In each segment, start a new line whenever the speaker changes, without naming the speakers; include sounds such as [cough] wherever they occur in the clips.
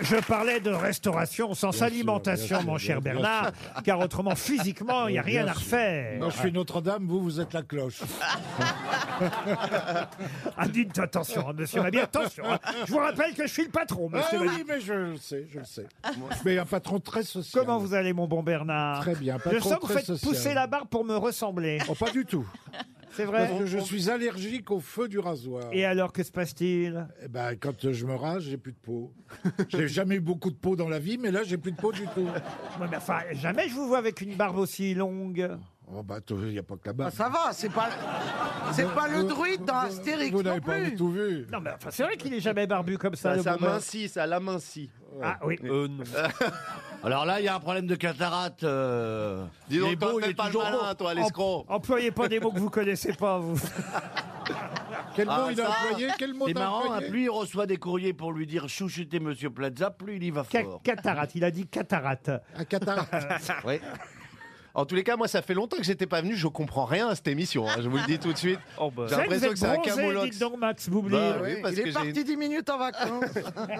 Je parlais de restauration sans
Bien sûr,
alimentation,
bien sûr,
mon cher
bien sûr.
Bernard, car autrement, physiquement, il n'y a
[laughs] Bien
rien à
sûr.
refaire.
Non, je suis Notre-Dame, vous, vous êtes la cloche.
Ah, dites attention, hein, monsieur Mabie, attention. hein. Je vous rappelle que je suis le patron,
Ah
monsieur Mabie.
oui, mais je le sais, je le sais. Mais un patron très social.
Comment vous allez, mon bon Bernard
Très bien,
Je
patron
sens que vous
très
faites
social.
pousser la barbe pour me ressembler.
Oh, pas du tout.
C'est vrai
Parce que je suis allergique au feu du rasoir.
Et alors, que se passe-t-il
Eh ben, quand je me rase, j'ai plus de peau. [laughs] J'ai jamais eu beaucoup de peau dans la vie, mais là, j'ai plus de peau du tout.
Ouais, mais enfin, jamais je vous vois avec une barbe aussi longue.
Oh, bah, il n'y a pas que la
Ah,
barbe.
ça va, c'est pas, c'est pas le
Vous-
druide dans
vous-
Astérix
Vous
non
n'avez pas
plus.
tout vu.
Non, mais enfin, c'est vrai qu'il est jamais barbu comme
Bah,
ça.
Ça,
le
ça
bon Bernard.
mincit, ça la mincit.
Ah oui.
Alors là, il y a un problème de cataracte. euh, il
Dis
est
donc,
beau,
toi,
il
fais
est
pas le
toujours
malin,
beau.
toi, l'escroc.
Em- Employez pas des mots que vous connaissez pas, vous.
Quel mot
Ah,
il a
ça,
employé Quel mot
C'est
t'as
marrant, hein,
employé
plus il reçoit des courriers pour lui dire chouchoutez Monsieur Plaza, plus il y va
Ca-
fort.
Cataracte, il a dit cataracte.
Un cataracte.
Ouais. En tous les cas, moi, ça fait longtemps que j'étais pas venu. Je comprends rien à cette émission. hein, je vous le dis tout de suite. J'ai
C'est vrai que Oh, bah. vous
l'impression
êtes
que c'est un
bronzé,
camoulox.
dites donc, Max Boublil.
Bah oui, parce
Il
que
est
j'ai
parti
une,
10 minutes en vacances.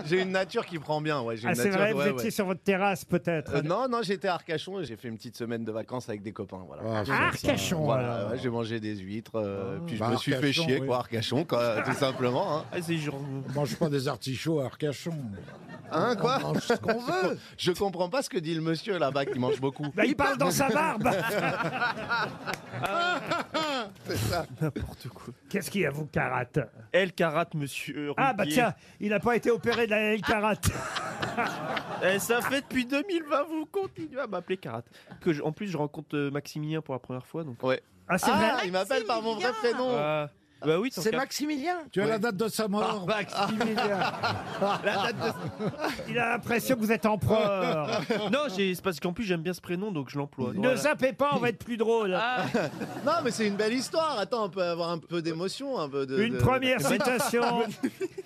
j'ai une nature qui prend bien. Ouais, j'ai une
Ah, c'est
nature-
vrai, vous
ouais,
étiez
ouais.
sur votre terrasse, peut-être.
Euh, non, non, j'étais à Arcachon et j'ai fait une petite semaine de vacances avec des copains. Voilà.
Ah,
Ah, Arcachon,
Voilà,
alors.
ouais, j'ai mangé des huîtres,
Ah.
euh, puis je
Bah,
me suis fait
Arcachon,
chier,
oui.
quoi, Arcachon, quoi, tout simplement. Hein,
mange pas des artichauts à Arcachon.
Hein, quoi
Mange ce qu'on veut.
Je comprends pas ce que dit le monsieur là-bas qui mange beaucoup.
Bah, il parle dans sa barbe
[laughs] C'est ça.
Qu'est-ce qu'il y a, vous, Carate
Elle carate, monsieur.
Ah, bah
Ruquier.
tiens, il n'a pas été opéré de la Carate.
Ah.
Eh, ça fait depuis 2020, vous continuez à m'appeler carate. Que je- en plus, je rencontre euh, Maximilien pour la première fois, donc.
Ouais.
Ah, c'est vrai
Ah, il m'appelle par mon vrai prénom.
Ah, bah oui,
C'est
Max.
Maximilien.
Tu as la date de sa mort
Ah.
Il a l'impression que vous êtes
Euh,
empereur.
Non, j'ai- c'est parce qu'en plus j'aime bien ce prénom, donc je l'emploie.
ne
Voilà.
zappez pas, on va être plus drôle.
Non, mais c'est une belle histoire. Attends, on peut avoir un peu d'émotion, un peu de.
Une
de-
première
[laughs]
citation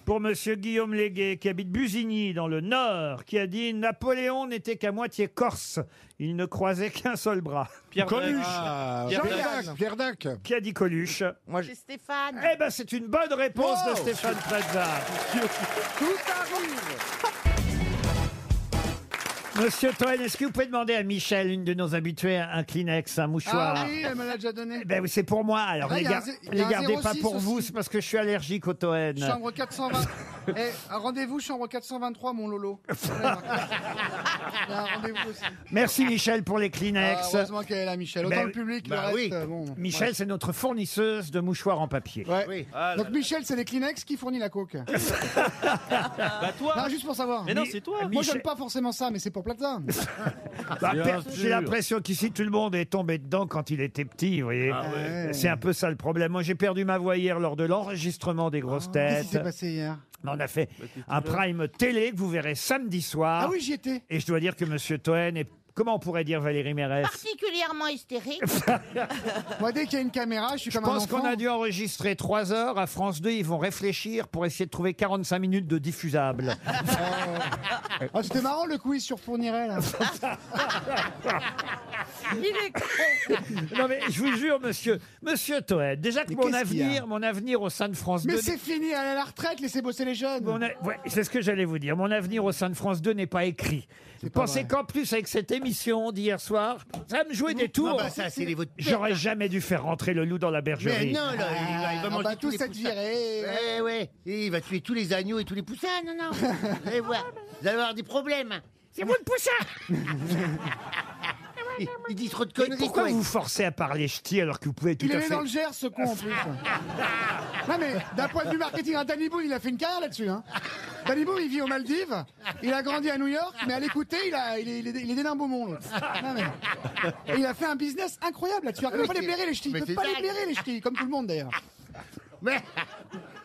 pour monsieur Guillaume Légué, qui habite Busigny, dans le Nord, qui a dit « Napoléon n'était qu'à moitié corse. Il ne croisait qu'un seul bras. [laughs]
Pierre Dac.
Ah,
Pierre
Pierre
Dac.
Dac, Pierre Dac. »
Qui a dit Coluche
C'est Stéphane.
Eh ben, c'est une bonne réponse de
Wow
Stéphane Plaza.
Tout arrive.
[laughs] Monsieur Toen, est-ce que vous pouvez demander à Michel, une de nos habituées, un Kleenex, un mouchoir
Ah oui, elle me l'a déjà donné.
Eh Ben oui, c'est pour moi. Alors,
Ah,
les,
il y a
gar-
un zé- il y a
les
un
gardez pas
06
pour vous,
aussi.
c'est parce que je suis allergique au Toen.
Chambre 420. Eh, un rendez-vous, chambre 423, mon Lolo. Voilà. Il y a un rendez-vous aussi.
Merci Michel pour les
Ah,
Kleenex.
heureusement qu'elle est là, Michel. Autant
Ben
le
oui.
public,
Bah
le
oui.
reste, euh, bon.
Michel, c'est notre fournisseuse de mouchoirs en papier.
Ouais.
Oui.
Ah, là,
Donc Michel, c'est les Kleenex qui fournit la coke.
là. Bah toi
non, juste pour savoir.
Mais non, c'est toi
Moi,
Michel-
j'aime pas forcément ça, mais c'est pour Plaza.
Bah,
Bien
per-
sûr.
J'ai l'impression qu'ici, tout le monde est tombé dedans quand il était petit, vous voyez.
Ah
C'est un peu ça le problème. Moi, j'ai perdu ma voix hier lors de l'enregistrement des grosses
Qu'est-ce qui
têtes.
s'est passé hier
On a fait un prime télé que vous verrez samedi soir.
Ah oui, j'y étais.
Et je dois dire que Monsieur Toen est, comment on pourrait dire Valérie
Ah,
Mérès
Particulièrement hystérique.
Moi, dès qu'il y a une caméra, je suis
Je
comme un
pense
enfant.
qu'on a dû enregistrer 3 heures. À France 2, ils vont réfléchir pour essayer de trouver 45 minutes de
[laughs]
diffusable.
Ah, c'était marrant le quiz sur Fourniret, là.
non mais je vous jure, monsieur, monsieur Toen, déjà que
Mais
mon
qu'est-ce qu'il y a
avenir, mon avenir au sein de France 2...
Mais c'est fini, elle est à la retraite, laissez bosser les jeunes.
Mon a- ouais, c'est ce que j'allais vous dire. Mon avenir au sein de France 2 n'est pas écrit.
pas
Pensez
vrai.
qu'en plus, avec cette émission d'hier soir, ça me jouait des tours.
bah,
bah,
J'aurais jamais dû faire rentrer le loup dans la
Mais
bergerie.
non, là, il va, il va
Ah,
manger
bah,
tous
tous
les
cette
poussins.
Eh,
virée.
Ouais, ouais. Et il va tuer tous les agneaux et tous les poussins, [laughs] non, non. Vous allez voir. Vous allez avoir des problèmes. C'est moi le poussin il, il dit trop de conneries,
Pourquoi
toi.
vous vous forcez à parler ch'ti alors que vous pouvez tout
Il est
à
né
fait...
dans le Gers, ce con, en plus. non, mais d'un point de vue marketing, hein, Danny Boone, il a fait une carrière là-dessus. Hein. Danny Boone, il vit aux Maldives. Il a grandi à New York, mais à l'écouter, il, a- il est, il, est, il est né d'un beau monde. Non, mais- Et il a fait un business incroyable là-dessus. Alors, Il ne peut pas les blairer, les ch'tis. Il
Mais
ne peut
c'est
pas les
dingue.
blairer, les ch'tis, comme tout le monde, d'ailleurs.
Mais-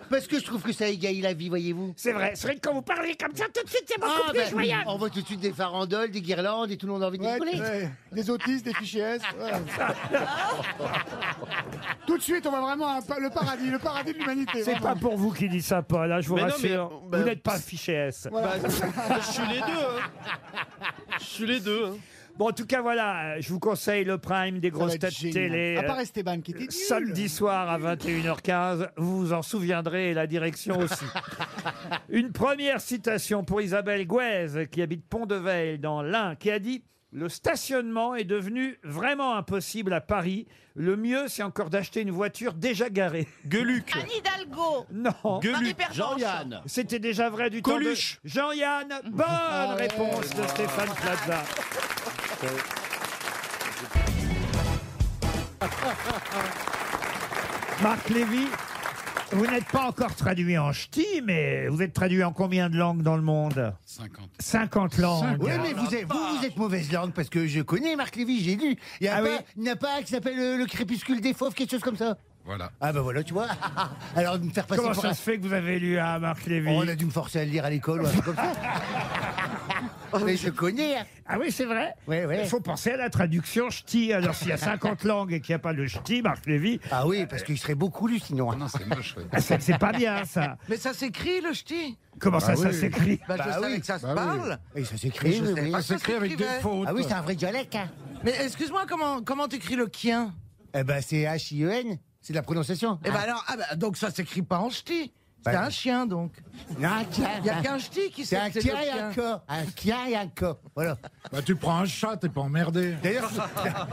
Parce que je trouve que ça égaye la vie, voyez-vous.
C'est vrai, c'est vrai que quand vous parlez comme ça, tout de suite, c'est
Ah,
beaucoup plus
bah,
ben,
joyeux.
oh,
on voit tout de suite des farandoles, des guirlandes et tout le monde a envie de
Ouais,
rigoler.
ouais. Des autistes, des fichiers S. ouais. Tout de suite, on va vraiment à un pa- le paradis, le paradis de l'humanité.
C'est
vraiment.
pas pour vous qu'ils disent ça, Paul, hein, je vous
Mais non,
rassure.
oh,
mais, bah,
vous n'êtes pas fiché S.
Bah, je suis les deux. hein. Je suis les deux. hein.
Bon, en tout cas, voilà, je vous conseille le prime des grosses têtes télé.
À
euh,
part Esteban qui était nul.
Samedi soir à 21h15, vous vous en souviendrez et la direction aussi. Une première citation pour Isabelle Gouez, qui habite Pont-de-Veil dans l'Ain, qui a dit Le stationnement est devenu vraiment impossible à Paris. Le mieux, c'est encore d'acheter une voiture déjà garée.
Gueuluc.
Anne Hidalgo.
[laughs] Non.
Marie
Gueuluc.
Pervenche.
Jean-Yann.
C'était déjà vrai du
Coluche.
temps de... Jean-Yann, bonne réponse de Stéphane Plaza. Marc Lévy, vous n'êtes pas encore traduit en ch'ti, mais vous êtes traduit en combien de langues dans le monde
50.
50 langues.
Oui, mais vous êtes, vous, vous êtes mauvaise langue parce que je connais Marc Lévy, j'ai lu. Il n'y a,
Ah
pas-
oui.
il n'y a pas un qui s'appelle euh, le, crépuscule des fauves, quelque chose comme ça.
Voilà.
Ah ben voilà, tu vois. [laughs] Alors de me faire passer
Comment
pour
ça
un...
se fait que vous avez lu à Marc Lévy
Oh, on a dû me forcer à le lire à l'école, ouais, comme ça. [laughs] mais je connais. hein.
Ah oui, c'est vrai
Ouais, ouais.
Il faut penser à la traduction ch'ti. Alors s'il y a 50 [laughs] langues et qu'il n'y a pas le ch'ti, Marc Lévy,
Ah oui, parce qu'il serait beaucoup lu sinon. hein.
Non, c'est moche. ouais.
ah, c'est c'est pas bien ça.
Mais ça s'écrit, le ch'ti
Comment ça, ça
oui.
s'écrit
bah, Je
Ah Bah
savais
oui,
que ça se
bah oui.
parle.
Et ça s'écrit.
Je
oui,
sais
oui.
pas.
Ça s'écrit avec des
s'écrivait.
fautes.
Ah oui, c'est un vrai dialecte. hein.
Mais excuse-moi, comment, comment t'écris le chien
Eh ben c'est H-I-E-N, c'est de la prononciation.
Eh ben alors, ah bah, donc ça s'écrit pas en ch'ti. C'est
Bah,
un chien, donc.
Non, tiens,
Il n'y a qu'un ch'ti qui
C'est
sait
un
que c'est
kia
le
et un
chien.
co. Un kia et un co. Voilà.
Bah, tu prends un chat, t'es pas emmerdé.
[laughs]
D'ailleurs,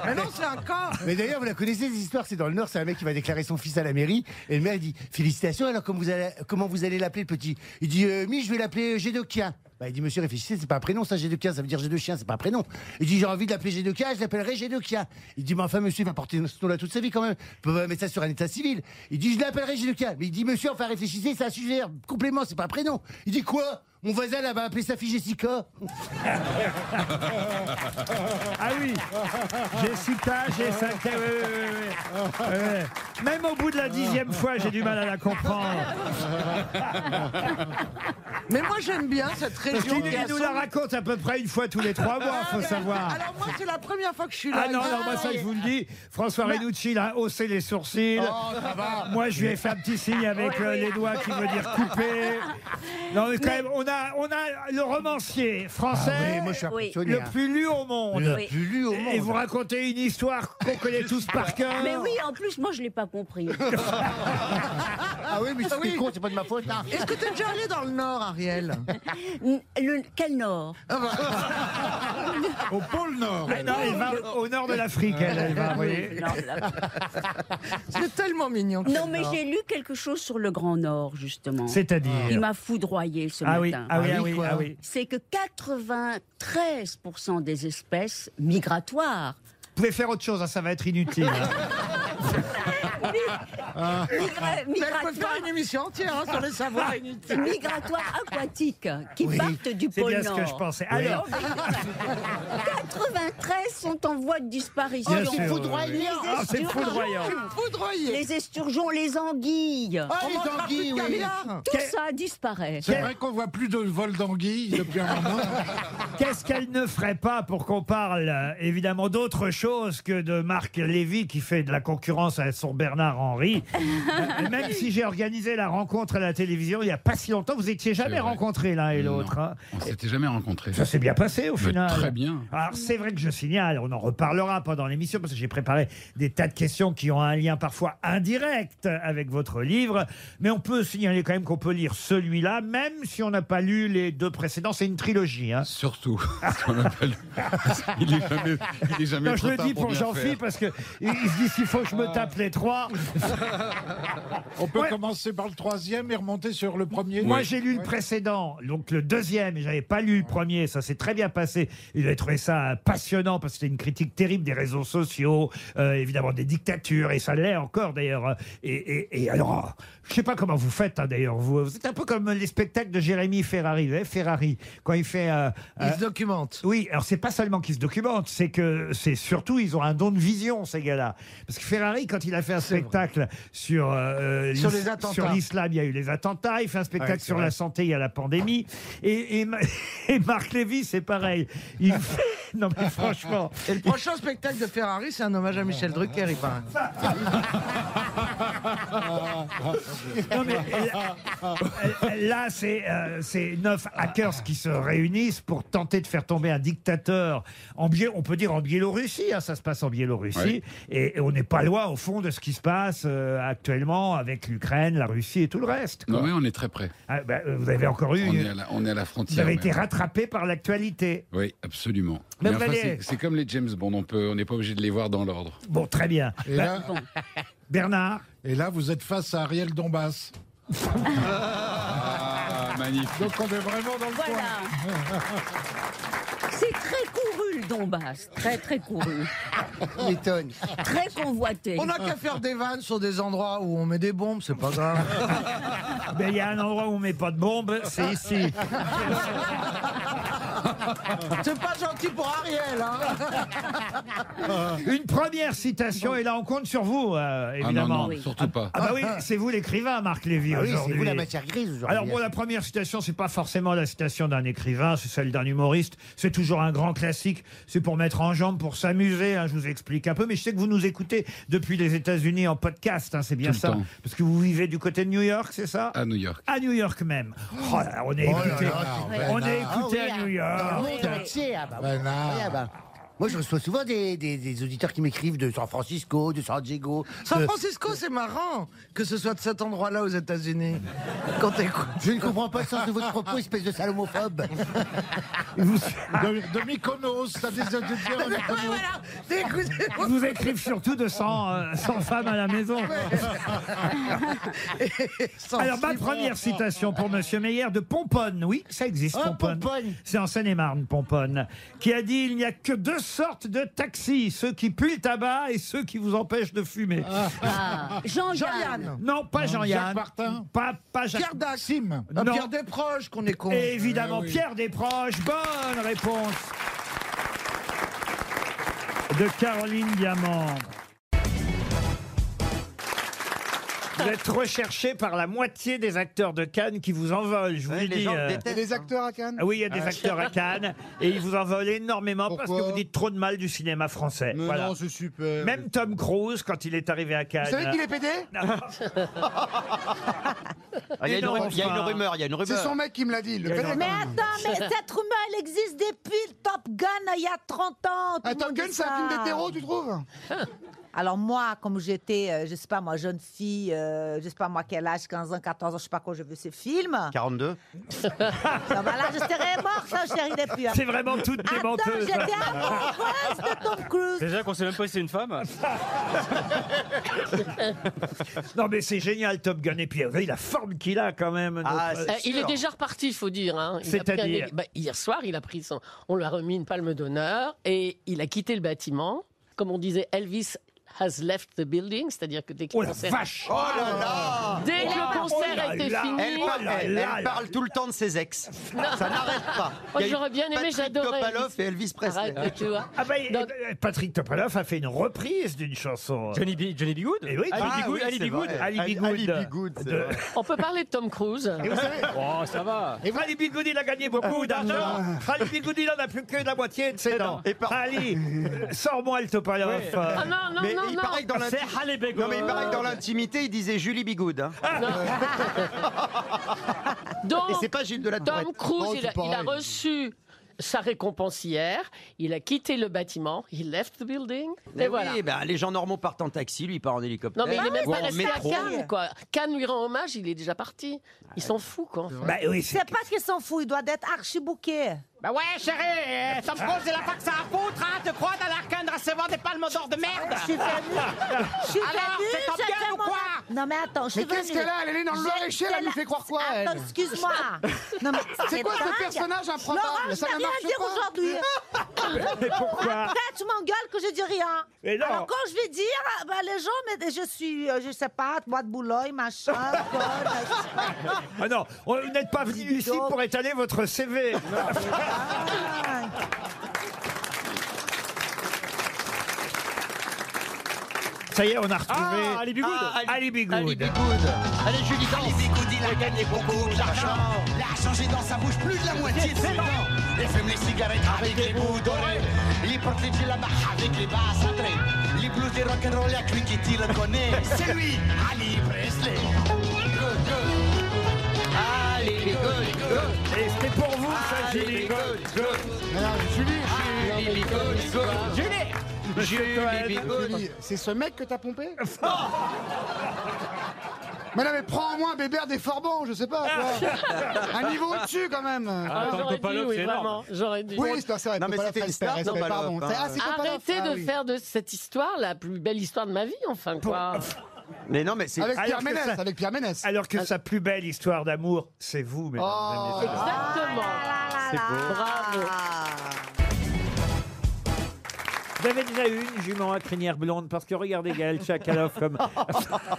Mais non, c'est un corps.
[laughs] Mais d'ailleurs, vous la connaissez cette histoire, c'est dans le Nord, c'est un mec qui va déclarer son fils à la mairie, et le maire il dit Félicitations, alors comme vous allez- comment vous allez l'appeler le petit Il dit euh, Mi, je vais l'appeler Gédoquien. Bah, il dit Monsieur, réfléchissez, c'est pas un prénom ça, Gédoquien, ça veut dire j'ai deux chiens, c'est pas un prénom. Il dit J'ai envie de l'appeler Gédoquien, je l'appellerai Gédoquien. Il dit Mais enfin, monsieur, il va porter ce nom-là toute sa vie quand même, il peut pas mettre ça sur un état civil. Il dit Je l'appellerai Gédoquien. Mais il dit Monsieur, enfin, réfléchissez, c'est un sujet, complément, c'est pas un prénom. Il dit Quoi Mon voisin, là, va appeler sa fille Jessica.
Ah oui Jessica, Jessica, oui, oui, oui, oui. Ouais. Même au bout de la dixième fois, j'ai du mal à la comprendre.
Mais moi, j'aime bien cette
Parce
région.
qu'il il nous la raconte à peu près une fois tous les trois mois,
Ah,
faut savoir.
Alors moi, c'est la première fois que je suis là.
Ah non, non, moi ça je vous le dis, François
Bah.
Renucci, il a haussé les sourcils.
Oh,
Moi je lui ai fait un petit signe avec euh, les doigts qui veut dire couper. Non mais quand même, on a, on a le romancier français
Ah moi, je suis
Oui.
impressionné.
le
hein.
plus lu au monde.
Le
Oui.
plus lu au monde.
Et vous racontez une histoire qu'on connaît tous par cœur.
Mais oui, en plus, moi, je l'ai pas compris. [laughs]
Ah oui, mais si t'es con, c'est pas de ma faute. là.
Est-ce que t'es déjà allé dans le Nord, Ariel
Le, quel Nord
Au pôle Nord.
Ah non, elle va au nord de l'Afrique, elle, elle va, vous voyez.
Non, [laughs] là-
C'est tellement mignon.
non, mais
Nord.
j'ai lu quelque chose sur le Grand Nord, justement. Il
C'est-à-dire.
m'a foudroyé ce
Ah oui,
matin.
ah oui, ah
Ah oui,
oui,
quoi.
ah oui.
C'est que 93% des espèces
[laughs]
migratoires,
Vous pouvez faire autre chose, hein, ça va être inutile. hein. [laughs]
migra-
Mais elle peut faire
migratoires,
une émission entière hein, sur les savoirs inutiles.
migratoires aquatiques, qui
Oui,
partent du
C'est
pôle
bien ce
Nord.
que je
[laughs]
pensais. Alors,
93 sont en voie de
Oh,
disparition.
Bien sûr,
foudroyé.
Les
Ah, c'est
esturgeons-
foudroyant.
Foudroyé.
Les esturgeons, les anguilles,
Ah,
Oh, les
les
anguilles,
anguilles, oui.
tout ça disparaît.
C'est vrai qu'on voit plus de vol d'anguilles depuis un moment.
qu'est-ce qu'elle ne ferait pas pour qu'on parle euh, évidemment d'autre chose que de Marc Lévy qui fait de la concurrence à son Bernard Henry
[laughs]
Euh, Même si j'ai organisé la rencontre à la télévision il n'y a pas si longtemps, vous étiez
C'est
jamais
vrai.
rencontrés l'un et
Non.
l'autre. hein.
On s'était jamais rencontrés.
Ça s'est bien passé au
Mais
final.
très bien.
Alors c'est vrai que je signale, on en reparlera pendant l'émission parce que j'ai préparé des tas de questions qui ont un lien parfois indirect avec votre livre, mais on peut signaler quand même qu'on peut lire celui-là même si on n'a pas lu les deux précédents, c'est une trilogie. hein.
Surtout. ce qu'on appelle- il est jamais, il est jamais
Non, je
trop
le
tard
dis pour
bien
Jean-Philippe
faire.
parce que il il se dit s'il faut que je me tape les trois.
On peut
Ouais.
commencer par le troisième et remonter sur le premier.
Moi, j'ai lu le précédent, donc le deuxième, et j'avais pas lu le premier. Ça s'est très bien passé. Il avait trouvé ça euh, passionnant parce que c'était une critique terrible des réseaux sociaux, euh, évidemment des dictatures, et ça l'est encore d'ailleurs. Et, et- et alors, oh, je sais pas comment vous faites hein, d'ailleurs. Vous, vous êtes un peu comme les spectacles de Jérémy Ferrari, vous voyez, Ferrari, quand il fait. euh, euh,
Il se documente.
oui, alors c'est pas seulement qu'ils se documentent, c'est que c'est surtout ils ont un don de vision ces gars-là. Parce que Ferrari, quand il a fait un spectacle sur, euh,
Sur
l'is-
les attentats.
sur l'islam, il y a eu les attentats. Il fait un spectacle
Ouais, c'est
sur
vrai.
la santé, il y a la pandémie. Et, et Ma- [laughs] et Marc Lévy, c'est pareil.
[laughs]
Il fait- Non mais franchement,
Et le prochain spectacle de Ferrari, c'est un hommage à Michel Drucker, il paraît.
Non, mais là- là, c'est euh, c'est neuf hackers qui se réunissent pour tenter de faire tomber un dictateur en Bié- on peut dire en Biélorussie, hein, ça se passe en Biélorussie,
Ouais.
et, et on n'est pas loin au fond de ce qui se passe euh, actuellement avec l'Ukraine, la Russie et tout le reste. quoi.
Oui, on est très près.
Ah, bah, euh, vous avez encore eu,
On est à la, on est à la
vous
frontière.
avez
même.
été rattrapé par l'actualité.
Oui, absolument.
Mais
Mais
vous
enfin,
allez-
c'est- c'est comme les James Bond, on peut, on n'est pas obligé de les voir dans l'ordre.
Bon, très bien.
Et
Bah,
là,
Bernard.
et là, vous êtes face à Ariel Dombas.
Ah, magnifique.
Donc on est vraiment dans le coin.
Voilà. C'est très couru le Donbass, très très couru,
M'étonne.
très convoité.
On n'a qu'à faire des vannes sur des endroits où on met des bombes, c'est pas grave.
Ben, il y a un endroit où on met pas de bombe, c'est ici.
C'est pas gentil pour Ariel, hein
Une première citation, et là on compte sur vous, euh,
Ah
évidemment.
non, non,
Oui.
surtout pas.
Ah bah oui, c'est vous l'écrivain, Marc Lévy,
Ah oui, c'est
aujourd'hui.
vous la matière grise aujourd'hui.
Alors bon, la première citation, c'est pas forcément la citation d'un écrivain, c'est celle d'un humoriste. C'est toujours un grand classique. C'est pour mettre en jambe, pour s'amuser. hein, je vous explique un peu, mais je sais que vous nous écoutez depuis les États-Unis en podcast. hein, c'est bien
Tout le
ça,
temps.
parce que vous vivez du côté de New York, c'est ça
À New York.
À New York même. Oh là là, on est
Oh là
écouté,
là,
on
Bernard.
est écouté
Ah
à New
oui, hein. Dans
York.
le monde entier, ah bah oui,
Bernard.
incroyable, hein. Moi, je reçois souvent des, des- des auditeurs qui m'écrivent de San Francisco, de San Diego.
San
de-
Francisco, c'est marrant que ce soit de cet endroit-là aux États-Unis. Quand t'écoutes.
Je ne comprends pas le sens de votre propos, espèce de salomophobe.
De, de Mykonos, t'as des auditeurs à Mykonos.
Voilà, t'écoutes.
Ils vous écrivent surtout de 100, euh, [laughs] 100 femmes à la maison. Alors, ma première citation pour Monsieur Meyer de Pomponne. Oui, ça existe,
Hein,
Pomponne. C'est en Seine-et-Marne, Pomponne. Qui a dit Il n'y a que deux sortes de taxis, ceux qui puent le tabac et ceux qui vous empêchent de fumer.
Ah, Jean-Yann.
Jean-Yann.
Non, pas Jean-Yann.
Jacques Martin.
Pas, pas Jacques.
Pierre Dac.
Sim.
Ah,
Non.
Pierre Desproges qu'on est con.
Et évidemment,
Eh oui.
Pierre Desproges. Bonne réponse de Caroline Diamant. Vous êtes recherché par la moitié des acteurs de Cannes qui vous envolent, je vous le
les
dis.
gens
euh,
Et les acteurs à Cannes
ah oui, il y a des acteurs à Cannes et ils vous en veulent énormément parce que
Pourquoi
vous dites trop de mal du cinéma français.
Mais
Voilà.
non, c'est super.
Même Tom Cruise, quand il est arrivé à Cannes. Ah,
Vous savez qu'il
[laughs]
est pédé
Il y a une
énorme,
ru- il y a une
enfin.
rumeur, il y a une
bah.
C'est
rumeur.
son mec qui me l'a dit. Le pédé.
Mais attends, mais cette rumeur, elle existe depuis le Top Gun il y a 30 ans. Tout le
Attends,
monde
Ah, Gun,
dit
c'est un
ça.
film d'hétéro, tu trouves
Alors moi, comme j'étais, euh, je sais pas moi, jeune fille, euh, je sais pas moi quel âge, 15 ans, 14 ans, je sais pas quand j'ai vu ce film.
42
Ça va là, je serais morte, ça, je serais depuis. hein.
C'est vraiment toutes des
Ah,
Attends,
menteuses.
j'étais amoureuse de Tom Cruise.
Déjà qu'on sait même pas si c'est une femme.
Non, mais c'est génial, Top Gun. Et puis, vous voyez la forme qu'il a quand même.
Ah,
notre-
c'est
Euh, il
sûr.
est déjà reparti, il faut dire. hein. Il a pris un
C'est-à-dire
délai- bah, Hier soir, il a pris son. On lui a remis une palme d'honneur et il a quitté le bâtiment. Comme on disait, Elvis has left the building, c'est-à-dire que dès que
Oh
le
la
concert,
vache
Oh là là
dès que le concert
oh là
était
là.
fini,
Elle, parle,
Oh là
elle
là là.
parle tout le temps de ses ex. Ça n'arrête
Moi,
pas. Il y a eu
j'aurais bien aimé,
Patrick
j'adorais
Topalov
Elvis.
et Elvis Presley.
arrête, tu vois.
Ah bah,
Donc-
euh, Patrick Topalov a fait une reprise d'une chanson.
Johnny, B, Johnny B. Good
Eh oui,
Ali
ah
B. Good,
oui,
Ali
c'est
B. Good.
vrai.
Ali-
Ali B. Good.
Ali B. Good, c'est
De-
vrai.
On peut parler de Tom Cruise.
Eh
Oh, ça va.
Et Ali B. Good, il a gagné beaucoup d'argent. Ali B. Good, il en a plus que la moitié de ses dents.
Ah, Et par-
Ali, euh, sors-moi le Topalov. Euh,
Ah non, non,
Mais
non,
il
non.
paraît que dans
C'est
l'intimité,
Halle
non, mais il paraît que dans l'intimité, il disait Julie Bigoud. hein.
Donc,
Et c'est pas Gilles de la
Tom Cruise, il, a, il a reçu sa récompense hier. Il a quitté le bâtiment. He left the building.
Mais
et voilà.
oui, ben, les gens normaux partent en taxi, lui il part en hélicoptère.
Non, mais il est même
ou
pas
en
resté à
métro.
Cannes, quoi. Cannes lui rend hommage, il est déjà parti. Il s'en fout, quoi.
Bah oui, c'est
C'est parce qu'il s'en fout, il doit être archibouqué.
Bah ouais, chérie, Tom Cruise, il a pas que ça à foutre, hein, te crois dans l'arcane de recevoir des palmes d'or de merde [laughs]
Je suis venue. Je suis venue.
c'est Top
je
Gun ou
demande-
quoi
Non mais attends, je suis
Mais qu'est-ce
venue.
qu'elle a Elle est dans le
J'ai-
Loir-et-Cher, elle
c'est
nous
la-
fait croire quoi, elle
Attends, excuse-moi. Non mais
[laughs]
Ah,
C'est quoi ce
dingue.
personnage improbable
Laurent,
Ça
je
ne
n'ai rien
marche
dire
pas.
aujourd'hui.
[laughs]
Mais pourquoi
Après, tu m'engueules que je dis rien.
Mais non.
Alors, quand je vais dire, ben, les gens, mais je suis, euh, je sais pas, bois de boulogne,
[laughs]
machin, conne,
Ah non, on- vous n'êtes pas venu ici pour étaler votre CV.
machin.
[laughs] Ça y est, on a retrouvé
Ah, Ali Bigoud.
Ali Bigoud.
Allez, Julie, danse. il a gagné beaucoup d'argent. L'argent, j'ai dans sa bouche plus de la moitié de ses dents. Il fume les cigarettes avec les bouts dorés. Il protège la marche avec les bas cintrés. Les blues des rock'n'roll, y'a que lui qui t'y le connaît. C'est lui, Ali Presley. Good, good. Ali Bigoud, good.
Et c'était pour vous,
Ah,
ça, Julie. Bigoud,
good.
Alors, Julie,
Ali Bigoud, good. Julie.
Julie, Julie, c'est ce mec que t'as pompé Mais non, mais prends au moins Bébert des Forbans, je sais pas. quoi. Un niveau au-dessus quand même.
Ah, j'aurais dit, oui, vraiment, j'aurais dit.
Oui, c'est c'est vrai.
Non, mais
Popaloff,
c'était une
respect,
star,
respect,
Popaloff,
pardon.
hein.
C'est- Ah, c'est Popaloff,
Arrêtez
ah
de
oui.
faire de cette histoire la plus belle histoire de ma vie, enfin quoi.
Mais non, mais
c'est-
Avec Pierre
Ménès,
avec Pierre Ménès.
Alors
Ah.
que sa plus belle histoire d'amour, c'est vous, mesdames
Oh.
et messieurs.
Exactement.
Ah
C'est beau.
Bravo.
Vous avez déjà eu une jument à crinière blonde parce que regardez Gaël Chakalov
[laughs]
comme.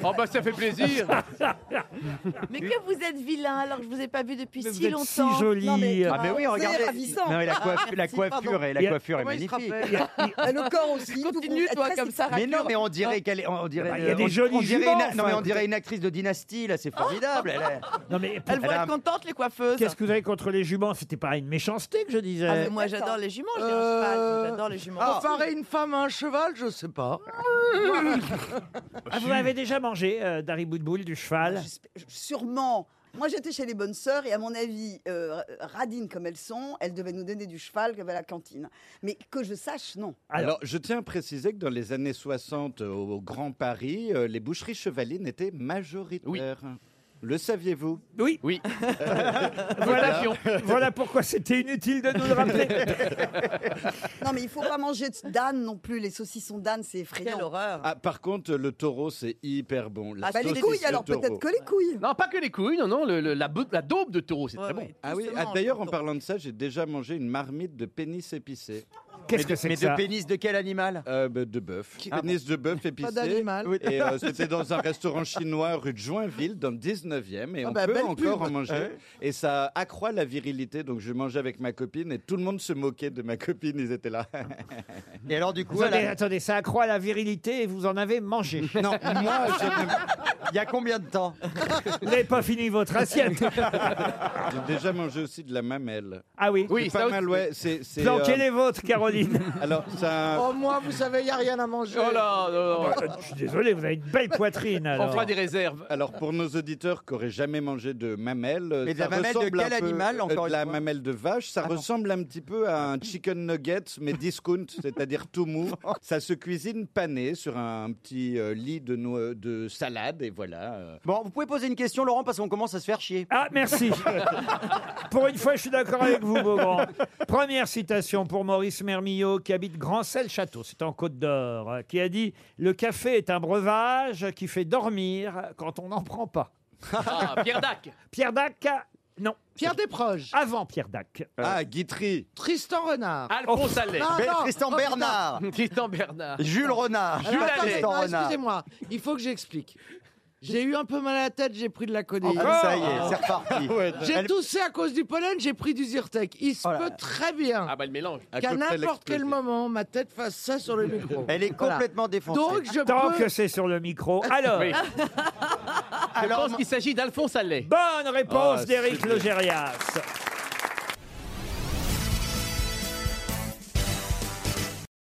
oh bah ça fait plaisir.
[laughs]
Mais que vous êtes vilain alors que je vous ai pas vu depuis
Mais
si
vous êtes si
longtemps.
jolie.
Non, mais,
Ah, mais oui,
c'est
regardez.
ravissant.
Non, mais la coiffe- la
Si,
coiffure
pardon.
est- la Ah, Il y a- coiffure est Comment il se magnifique. rappelle
Ah,
Et le corps aussi. Continue toi comme ça.
Mais non, mais on dirait qu'elle est. On dirait,
Bah, il y a
euh,
des
on-
jolies
on dirait
juments,
une,
enfin,
Non, mais on
écoutez.
dirait une actrice de dynastie, là, c'est formidable. Elle, est-
Non, mais
Elle vont
a-
être
contentes, les coiffeuses.
Qu'est-ce que vous avez contre les juments C'était pas une méchanceté que je disais.
Ah, mais moi j'adore les juments, j'ai un cheval, moi, j'adore les juments.
Comparer une femme à un cheval, je sais pas.
Ah, vous avez déjà mangé euh, d'Harry Boudboul du
Ah,
cheval
Sûrement. Moi, j'étais chez les bonnes sœurs et à mon avis, euh, radines comme elles sont, elles devaient nous donner du cheval qu'il y avait à la cantine. Mais que je sache, non.
Alors, je tiens à préciser que dans les années 60, euh, au Grand Paris, euh, les boucheries chevalines étaient majoritaires. Le saviez-vous
Oui.
Oui.
voilà, [laughs] voilà pourquoi c'était inutile de nous
[laughs]
le rappeler.
Non, mais il faut pas manger de- d'âne non plus. Les saucissons d'âne, c'est effrayant. Quelle horreur.
Ah, par contre, le taureau, c'est hyper bon. La
Ah, bah, les
saucisse
couilles,
de
alors,
taureau.
peut-être que les couilles.
Non, pas que les couilles, non, non, le- le- la, be- la daube de taureau, c'est très bon.
Ah oui, ah, d'ailleurs, en parlant de ça, j'ai déjà mangé une marmite de pénis épicé.
Qu'est-ce que c'est que ça
de quel animal De bœuf.
Ah
pénis de bœuf épicé.
d'animal. Oui.
Et euh, c'était dans un restaurant chinois rue de Joinville, dans le 19e.
Ah
Et Eh, on
bah,
peut
belle
encore
pub.
en manger.
Ouais.
Et ça accroît la virilité. Donc je mangeais avec ma copine et tout le monde se moquait de ma copine. Ils étaient là.
Et alors, du coup,
Vous
elle a-
avez- Attendez, ça accroît la virilité et vous en avez
[laughs]
mangé.
Non, moi, il y a combien de temps
Vous n'avez pas fini votre assiette.
[laughs] J'ai déjà mangé aussi de la mamelle.
Ah oui
Oui, pas mal, ouais. C'est, c'est,
Planquez
euh,
les vôtres, Caroline. [laughs]
Alors, ça.
Oh, moi, vous savez, il n'y a rien à manger.
Oh là,
Ah bah, Je suis désolé, vous avez une belle poitrine. Alors.
réserves. Alors, pour nos auditeurs qui n'auraient jamais mangé de mamelle, euh,
Mais de
ça
la mamelle de
ressemble un
quel
peu,
animal,
euh,
encore
De
une
la
fois
mamelle de vache, ça ressemble un petit peu à un chicken nugget, mais discount, c'est-à-dire tout mou. Ça se cuisine pané sur un petit euh, lit de, noix- de salade, et voilà. euh.
Bon, vous pouvez poser une question, Laurent, parce qu'on commence à se faire chier.
Ah, merci. Pour une fois, je suis d'accord avec vous, Beaugrand. Première citation pour Maurice Mermillot, qui habite Grand-Celle-Château, c'est en Côte d'Or, euh, qui a dit « Le café est un breuvage qui fait dormir quand on n'en prend pas.
Ah, Pierre Dac. »
Pierre Dac, ah, non. Pierre Desproges. Avant Pierre Dac.
Euh,
Ah, Guitry.
Tristan Renard.
Alphonse
Oh.
Allais.
Ah
Non, non, oh, putain.
Tristan Bernard.
Jules Renard.
Alors,
Jules
attendez,
Allais.
non, Excusez-moi, il faut que j'explique. J'ai eu un peu mal à la tête, j'ai pris de la codéine.
Ah, ça y est, c'est reparti. Ouais,
j'ai
elle- Oh
toussé à cause du pollen, j'ai pris du Zyrtec. Il se peut très bien
Ah bah le mélange.
qu'à n'importe quel moment, ma tête fasse ça sur le micro.
Elle est complètement défoncée.
Donc je
Tant
peux...
que c'est sur
[laughs]
le micro. Alors,
Oui. Je pense qu'il s'agit d'Alphonse Allais.
bonne réponse
Ah,
d'Éric
super.
Logérias.